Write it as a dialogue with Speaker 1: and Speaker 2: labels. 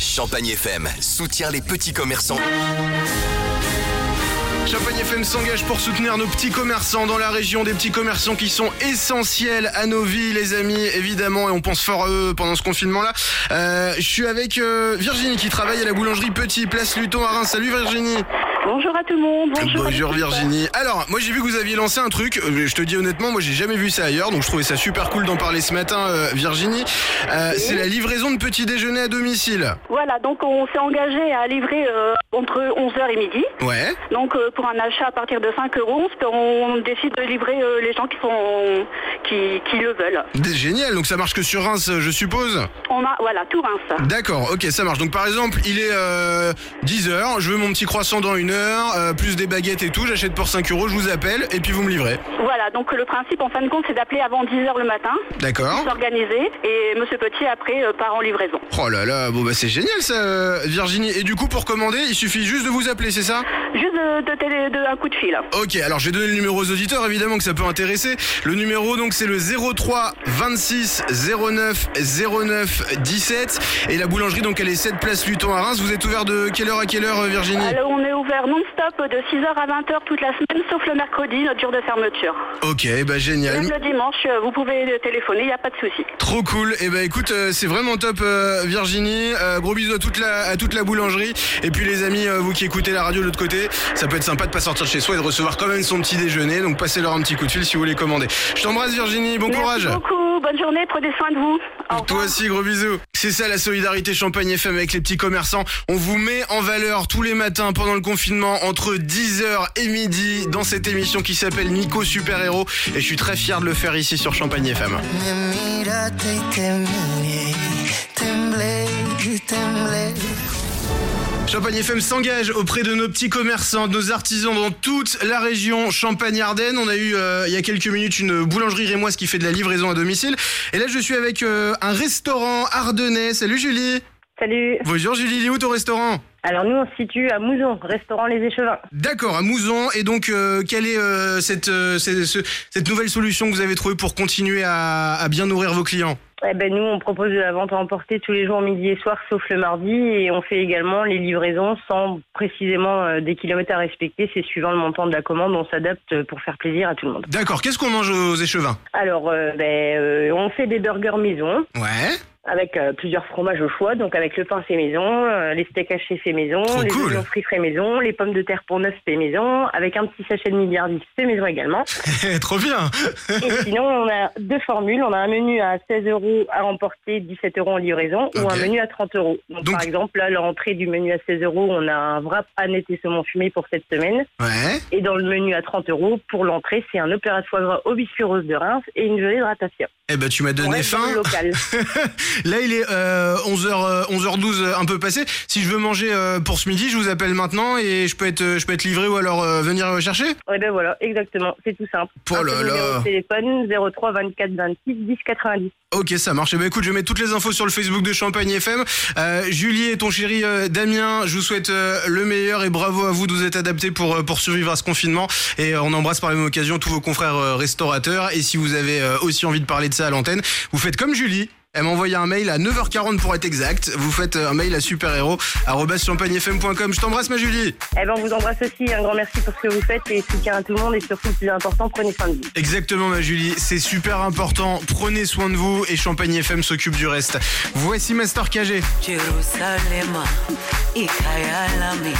Speaker 1: Champagne FM soutient les petits commerçants.
Speaker 2: Champagne FM s'engage pour soutenir nos petits commerçants dans la région, des petits commerçants qui sont essentiels à nos vies, les amis, évidemment, et on pense fort à eux pendant ce confinement-là. Euh, je suis avec euh, Virginie qui travaille à la boulangerie Petit, place Luton à Reims. Salut Virginie
Speaker 3: Bonjour à tout le monde. Bonjour, à l'équipe.
Speaker 2: Virginie. Alors, moi j'ai vu que vous aviez lancé un truc, euh, je te dis honnêtement, moi j'ai jamais vu ça ailleurs, donc je trouvais ça super cool d'en parler ce matin, euh, Virginie. Euh, c'est la livraison de petits déjeuners à domicile.
Speaker 3: Voilà, donc on s'est engagé à livrer euh, entre 11h et midi.
Speaker 2: Ouais.
Speaker 3: Donc euh, pour un achat à partir de 5 euros, on se- on, décide de livrer euh, les gens qui, sont, qui, qui le veulent.
Speaker 2: C'est Génial, donc ça marche que sur Reims, euh, je suppose
Speaker 3: On a, voilà, tout Reims.
Speaker 2: D'accord, ok, ça marche. Donc par exemple, il est 10h, je veux mon petit croissant dans une heure, euh, plus des baguettes et tout, j'achète pour 5 euros, je vous appelle et puis vous me livrez.
Speaker 3: Voilà, donc le principe en fin de compte, c'est d'appeler avant 10h le matin, Oh.
Speaker 2: D'accord
Speaker 3: s'organiser, et Monsieur Petit après euh, part en livraison.
Speaker 2: Oh là là, bon bah c'est génial ça, euh, Virginie. Et du coup, pour commander, il suffit juste de vous appeler, c'est ça
Speaker 3: Juste de, de télé- de- un coup de fil.
Speaker 2: Ok, alors je vais donner le numéro aux auditeurs, évidemment que ça peut intéresser. Le numéro donc c'est le 03 26 09 09 17 et la boulangerie donc elle est 7 place Luton à Reims. Vous êtes ouvert de quelle heure à quelle heure euh, Virginie
Speaker 3: Alors, on est ouvert non-stop de 6h à 20h toute la semaine, sauf le mercredi, notre jour de fermeture.
Speaker 2: Ok, bah génial.
Speaker 3: Même le dimanche, euh, vous pouvez téléphoner, il n'y a pas de souci.
Speaker 2: Trop cool. Et bah écoute, euh, c'est vraiment top euh, Virginie. Euh, gros bisous à toute la à toute la boulangerie et puis les amis euh, vous qui écoutez la radio de l'autre côté, ça peut être sympa de pas sortir de chez soi et de recevoir quand même son petit déjeuner. Donc passez leur un petit coup de fil si vous voulez commander. Je t'embrasse Virginie, bon courage.
Speaker 3: Merci beaucoup, bonne journée, prenez soin de vous. Au revoir.
Speaker 2: Toi aussi, gros bisous. C'est ça la solidarité Champagne FM avec les petits commerçants. On vous met en valeur tous les matins pendant le confinement entre 10h et midi dans cette émission qui s'appelle Nico Super Héros. Et je suis très fier de le faire ici sur Champagne FM.
Speaker 4: Me miraste y te miré, temblé y temblé.
Speaker 2: Champagne FM s'engage auprès de nos petits commerçants, de nos artisans dans toute la région Champagne-Ardenne. On a eu euh, il y a quelques minutes une boulangerie rémoise qui fait de la livraison à domicile. Et là, je suis avec euh, un restaurant ardennais. Salut Julie.
Speaker 5: Salut.
Speaker 2: Bonjour Julie, il est où ton restaurant
Speaker 5: Alors nous on se situe à Mouzon, restaurant Les Échevins.
Speaker 2: D'accord, à Mouzon. Et donc, euh, quelle est euh, cette, euh, cette, ce- cette nouvelle solution que vous avez trouvée pour continuer à, à bien nourrir vos clients
Speaker 5: Eh ben nous on propose de la vente à emporter tous les jours midi et soir sauf le mardi et on fait également les livraisons sans précisément euh, des kilomètres à respecter, c'est suivant le montant de la commande, on s'adapte pour faire plaisir à tout le monde.
Speaker 2: D'accord, qu'est-ce qu'on mange aux échevins
Speaker 5: Alors euh, ben, euh, on fait des burgers maison
Speaker 2: Ouais.
Speaker 5: avec euh, plusieurs fromages au choix, donc avec le pain fait maison, euh, les steaks hachés fait maison,
Speaker 2: Trop
Speaker 5: les
Speaker 2: cool.
Speaker 5: oignons frits fait maison, les pommes de terre pour neuf fait maison, avec un petit sachet de milliardis fait maison également.
Speaker 2: Trop bien.
Speaker 5: Et sinon, on a deux formules. On a un menu à 16 euros à emporter, 17 euros en livraison, ou
Speaker 2: Ok.
Speaker 5: un menu à 30 euros. Donc,
Speaker 2: Donc-
Speaker 5: par exemple, là, l'entrée du menu à 16 euros, on a un wrap aneth et saumon fumé pour cette semaine.
Speaker 2: Ouais.
Speaker 5: Et dans le menu à 30 euros, pour l'entrée, c'est un opéra de foie gras au biscuit rose de Reims et une gelée de ratafia.
Speaker 2: Eh ben, tu m'as
Speaker 5: On
Speaker 2: donné
Speaker 5: reste dans
Speaker 2: faim.
Speaker 5: le local.
Speaker 2: Là, il est euh, 11h, euh, 11h12, euh, un peu passé. Si je veux manger euh, pour ce midi, je vous appelle maintenant et je peux être, euh, je peux être livré ou alors euh, venir euh, chercher
Speaker 5: et ben voilà, exactement. C'est tout simple.
Speaker 2: Oh
Speaker 5: Un
Speaker 2: là
Speaker 5: seul numéro
Speaker 2: là.
Speaker 5: de téléphone 03 24 26 10 90.
Speaker 2: Ok, ça marche. Eh ben, écoute, je mets toutes les infos sur le Facebook de Champagne FM. Euh, Julie et ton chéri euh, Damien, je vous souhaite euh, le meilleur et bravo à vous de vous être adaptés pour, euh, pour survivre à ce confinement. Et euh, on embrasse par la même occasion tous vos confrères euh, restaurateurs. Et si vous avez euh, aussi envie de parler de ça à l'antenne, vous faites comme Julie. Elle m'a envoyé un mail à 9h40 pour être exact. Vous faites euh, un mail à superhéros.champagnefm.com. Je t'embrasse ma Julie.
Speaker 5: Eh ben, on vous embrasse aussi. Un grand merci pour ce que vous faites et soutien à tout le monde. Et surtout, le plus important, prenez soin de vous.
Speaker 2: Exactement ma Julie, c'est super important. Prenez soin de vous et Champagne FM s'occupe du reste. Voici Master KG.
Speaker 6: Jerusalem, Ikayalami,